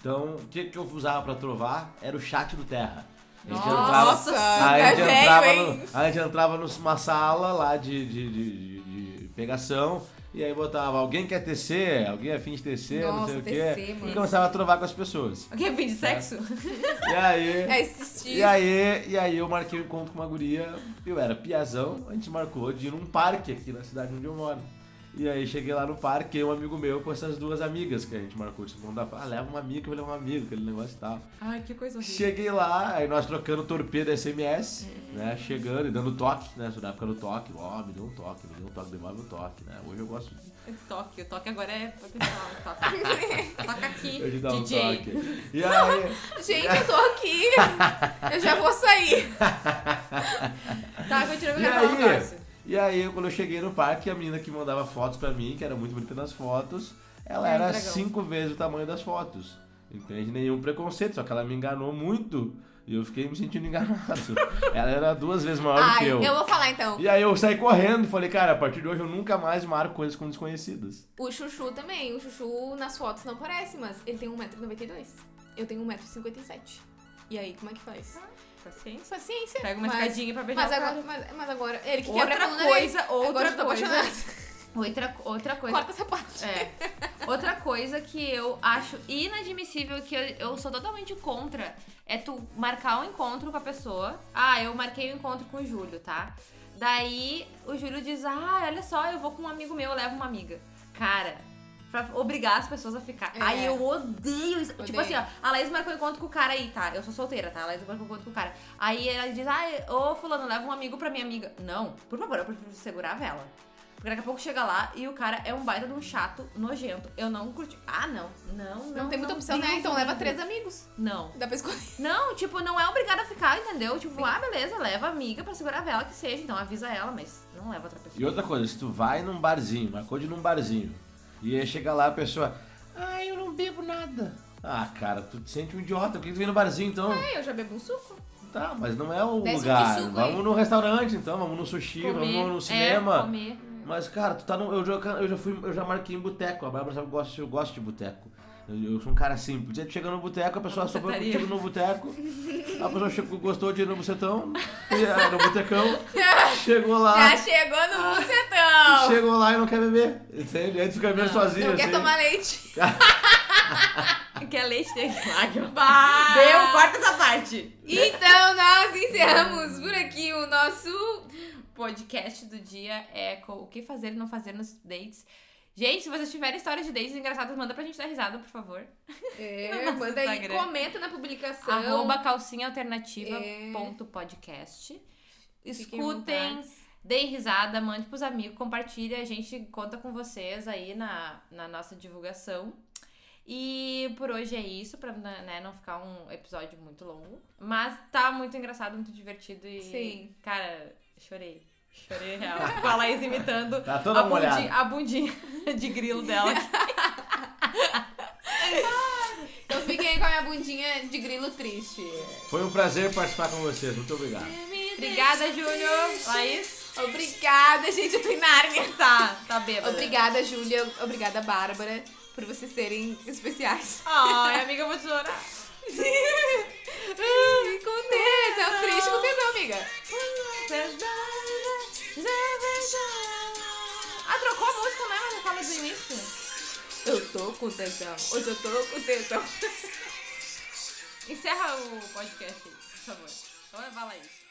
Então, o que, que eu usava pra trovar era o chat do Terra. A gente Nossa, entrava, a é gente velho, entrava, hein? no- a gente entrava numa sala lá de, de, de- de- de pegação. E aí botava, alguém quer tecer, alguém é afim de tecer, não sei Nossa, o quê. tecer, e mano. começava a trovar com as pessoas. O que é fim de sexo? E aí. É assistir. E aí, e aí eu marquei o encontro com uma guria, eu era piazão, a gente marcou de ir num parque aqui na cidade onde eu moro. E aí cheguei lá no parque, eu, um amigo meu com essas duas amigas que a gente marcou de segunda, ah, leva uma amiga, eu vou levar uma amiga, aquele negócio e tal. Ai, que coisa horrível. Cheguei lá, aí nós trocando torpedo SMS, né? Chegando e dando toque, né? Na época no toque, ó, me deu um toque, me deu um toque, devolve um toque, né? Hoje eu gosto de Toque, o toque agora é pra pessoal. Toca, toca aqui, eu de dar um DJ. toque. E aí, Gente, eu tô aqui. eu já vou sair. Tá, continua E me gravando, aí? Cássio. E aí, quando eu cheguei no parque, a menina que mandava fotos pra mim, que era muito bonita nas fotos, ela Era um era dragão. cinco vezes o tamanho das fotos. Entende? Nenhum preconceito, só que ela me enganou muito e eu fiquei me sentindo enganado. ela era duas vezes maior do Ai, que eu. vou falar então. E aí eu saí correndo e falei, cara, a partir de hoje eu nunca mais marco coisas com desconhecidas. O Chuchu também. O Chuchu nas fotos não parece, mas ele tem 1,92m. Eu tenho 1,57m. E aí, como é que faz? Paciência. Paciência. Pega uma mas, escadinha é pra beijar mas o cara. agora, mas, mas agora, ele que quebra né? a Outra coluna coisa, dele. Agora eu outra tô coisa. apaixonada. Outra, outra coisa. Corta essa parte. É. Outra coisa que eu acho inadmissível, que eu, eu sou totalmente contra, é tu marcar um encontro com a pessoa. Ah, eu marquei o encontro com o Júlio, tá? Daí o Júlio diz: Ah, olha só, eu vou com um amigo meu, eu levo uma amiga. Cara. Pra obrigar as pessoas a ficar. É. Ai, eu odeio isso. Tipo Odeio. assim, ó, a Laís marcou encontro com o cara aí, tá? Eu sou solteira, tá? A Laís marcou encontro com o cara. Aí ela diz, ah, ô fulano, leva um amigo pra minha amiga. Não, por favor, eu prefiro segurar a vela. Porque daqui a pouco chega lá e o cara é um baita de um chato, nojento. Eu não curti. Ah, não. Não, não. Não, tem muita opção, né? Deus Então leva me três amigos. livre. Não. Dá pra escolher. Não, tipo, não é obrigado a ficar, entendeu? Tipo, ah, beleza, leva a amiga pra segurar a vela que seja. Então avisa ela, mas não leva outra pessoa. E outra coisa, se tu vai num barzinho, marcou de ir num barzinho, e aí chega lá a pessoa, ah, eu não bebo nada. Ah, cara, tu te sente um idiota, por que tu vem no barzinho então? É, eu já bebo um suco. Tá, mas não é o Desce um lugar. suco aí. vamos no restaurante então, vamos no sushi, vamos no É, cinema. comer. mas, cara, tu tá no. Eu já, eu já fui, eu já marquei em boteco. A Bárbara sabe que eu gosto, eu gosto de boteco. Eu, eu sou um cara simples. Aí tu chega no boteco, a pessoa sobrou bucetaria. contigo no boteco. A pessoa chegou, gostou de ir no bucetão, e, ah, no botecão, chegou lá. Já chegou Ah. no bucetão. Chegou lá e não quer beber, entende? Aí tu fica bebendo sozinho. Não quer assim. tomar leite. Quer leite tem Bah! Deu, corta essa parte. Então nós encerramos por aqui o nosso. podcast do dia é co- o que fazer e não fazer nos dates. Gente, se vocês tiverem histórias de dates engraçadas, manda pra gente dar risada, por favor. É, Nosso manda aí, Instagram. comenta na publicação. Arroba calcinhaalternativa.podcast. Fiquem à Escutem, vontade. deem risada, mande pros amigos, compartilha. A gente conta com vocês aí na, na nossa divulgação. E por hoje é isso, pra né, não ficar um episódio muito longo. Mas tá muito engraçado, muito divertido e. Sim. Cara, chorei. Chorei real. Com a Laís imitando Tá toda a, bundi, molhada. a bundinha de grilo dela. Então fiquem aí com a minha bundinha de grilo triste. Foi um prazer participar com vocês. Muito obrigado. Obrigada, Júlio. Laís. Obrigada, gente. Eu tô em Nárnia. Tá, tá bêbada. Obrigada, Júlia. Obrigada, Bárbara, por vocês serem especiais. Ai, amiga, eu vou chorar. Ai, com tesão, É triste com tesão, amiga. É Ah, trocou a música, né? Mas não fala do início. Eu tô com tesão. Hoje eu tô com tesão. Encerra o podcast, aí, por favor. Então vai lá isso.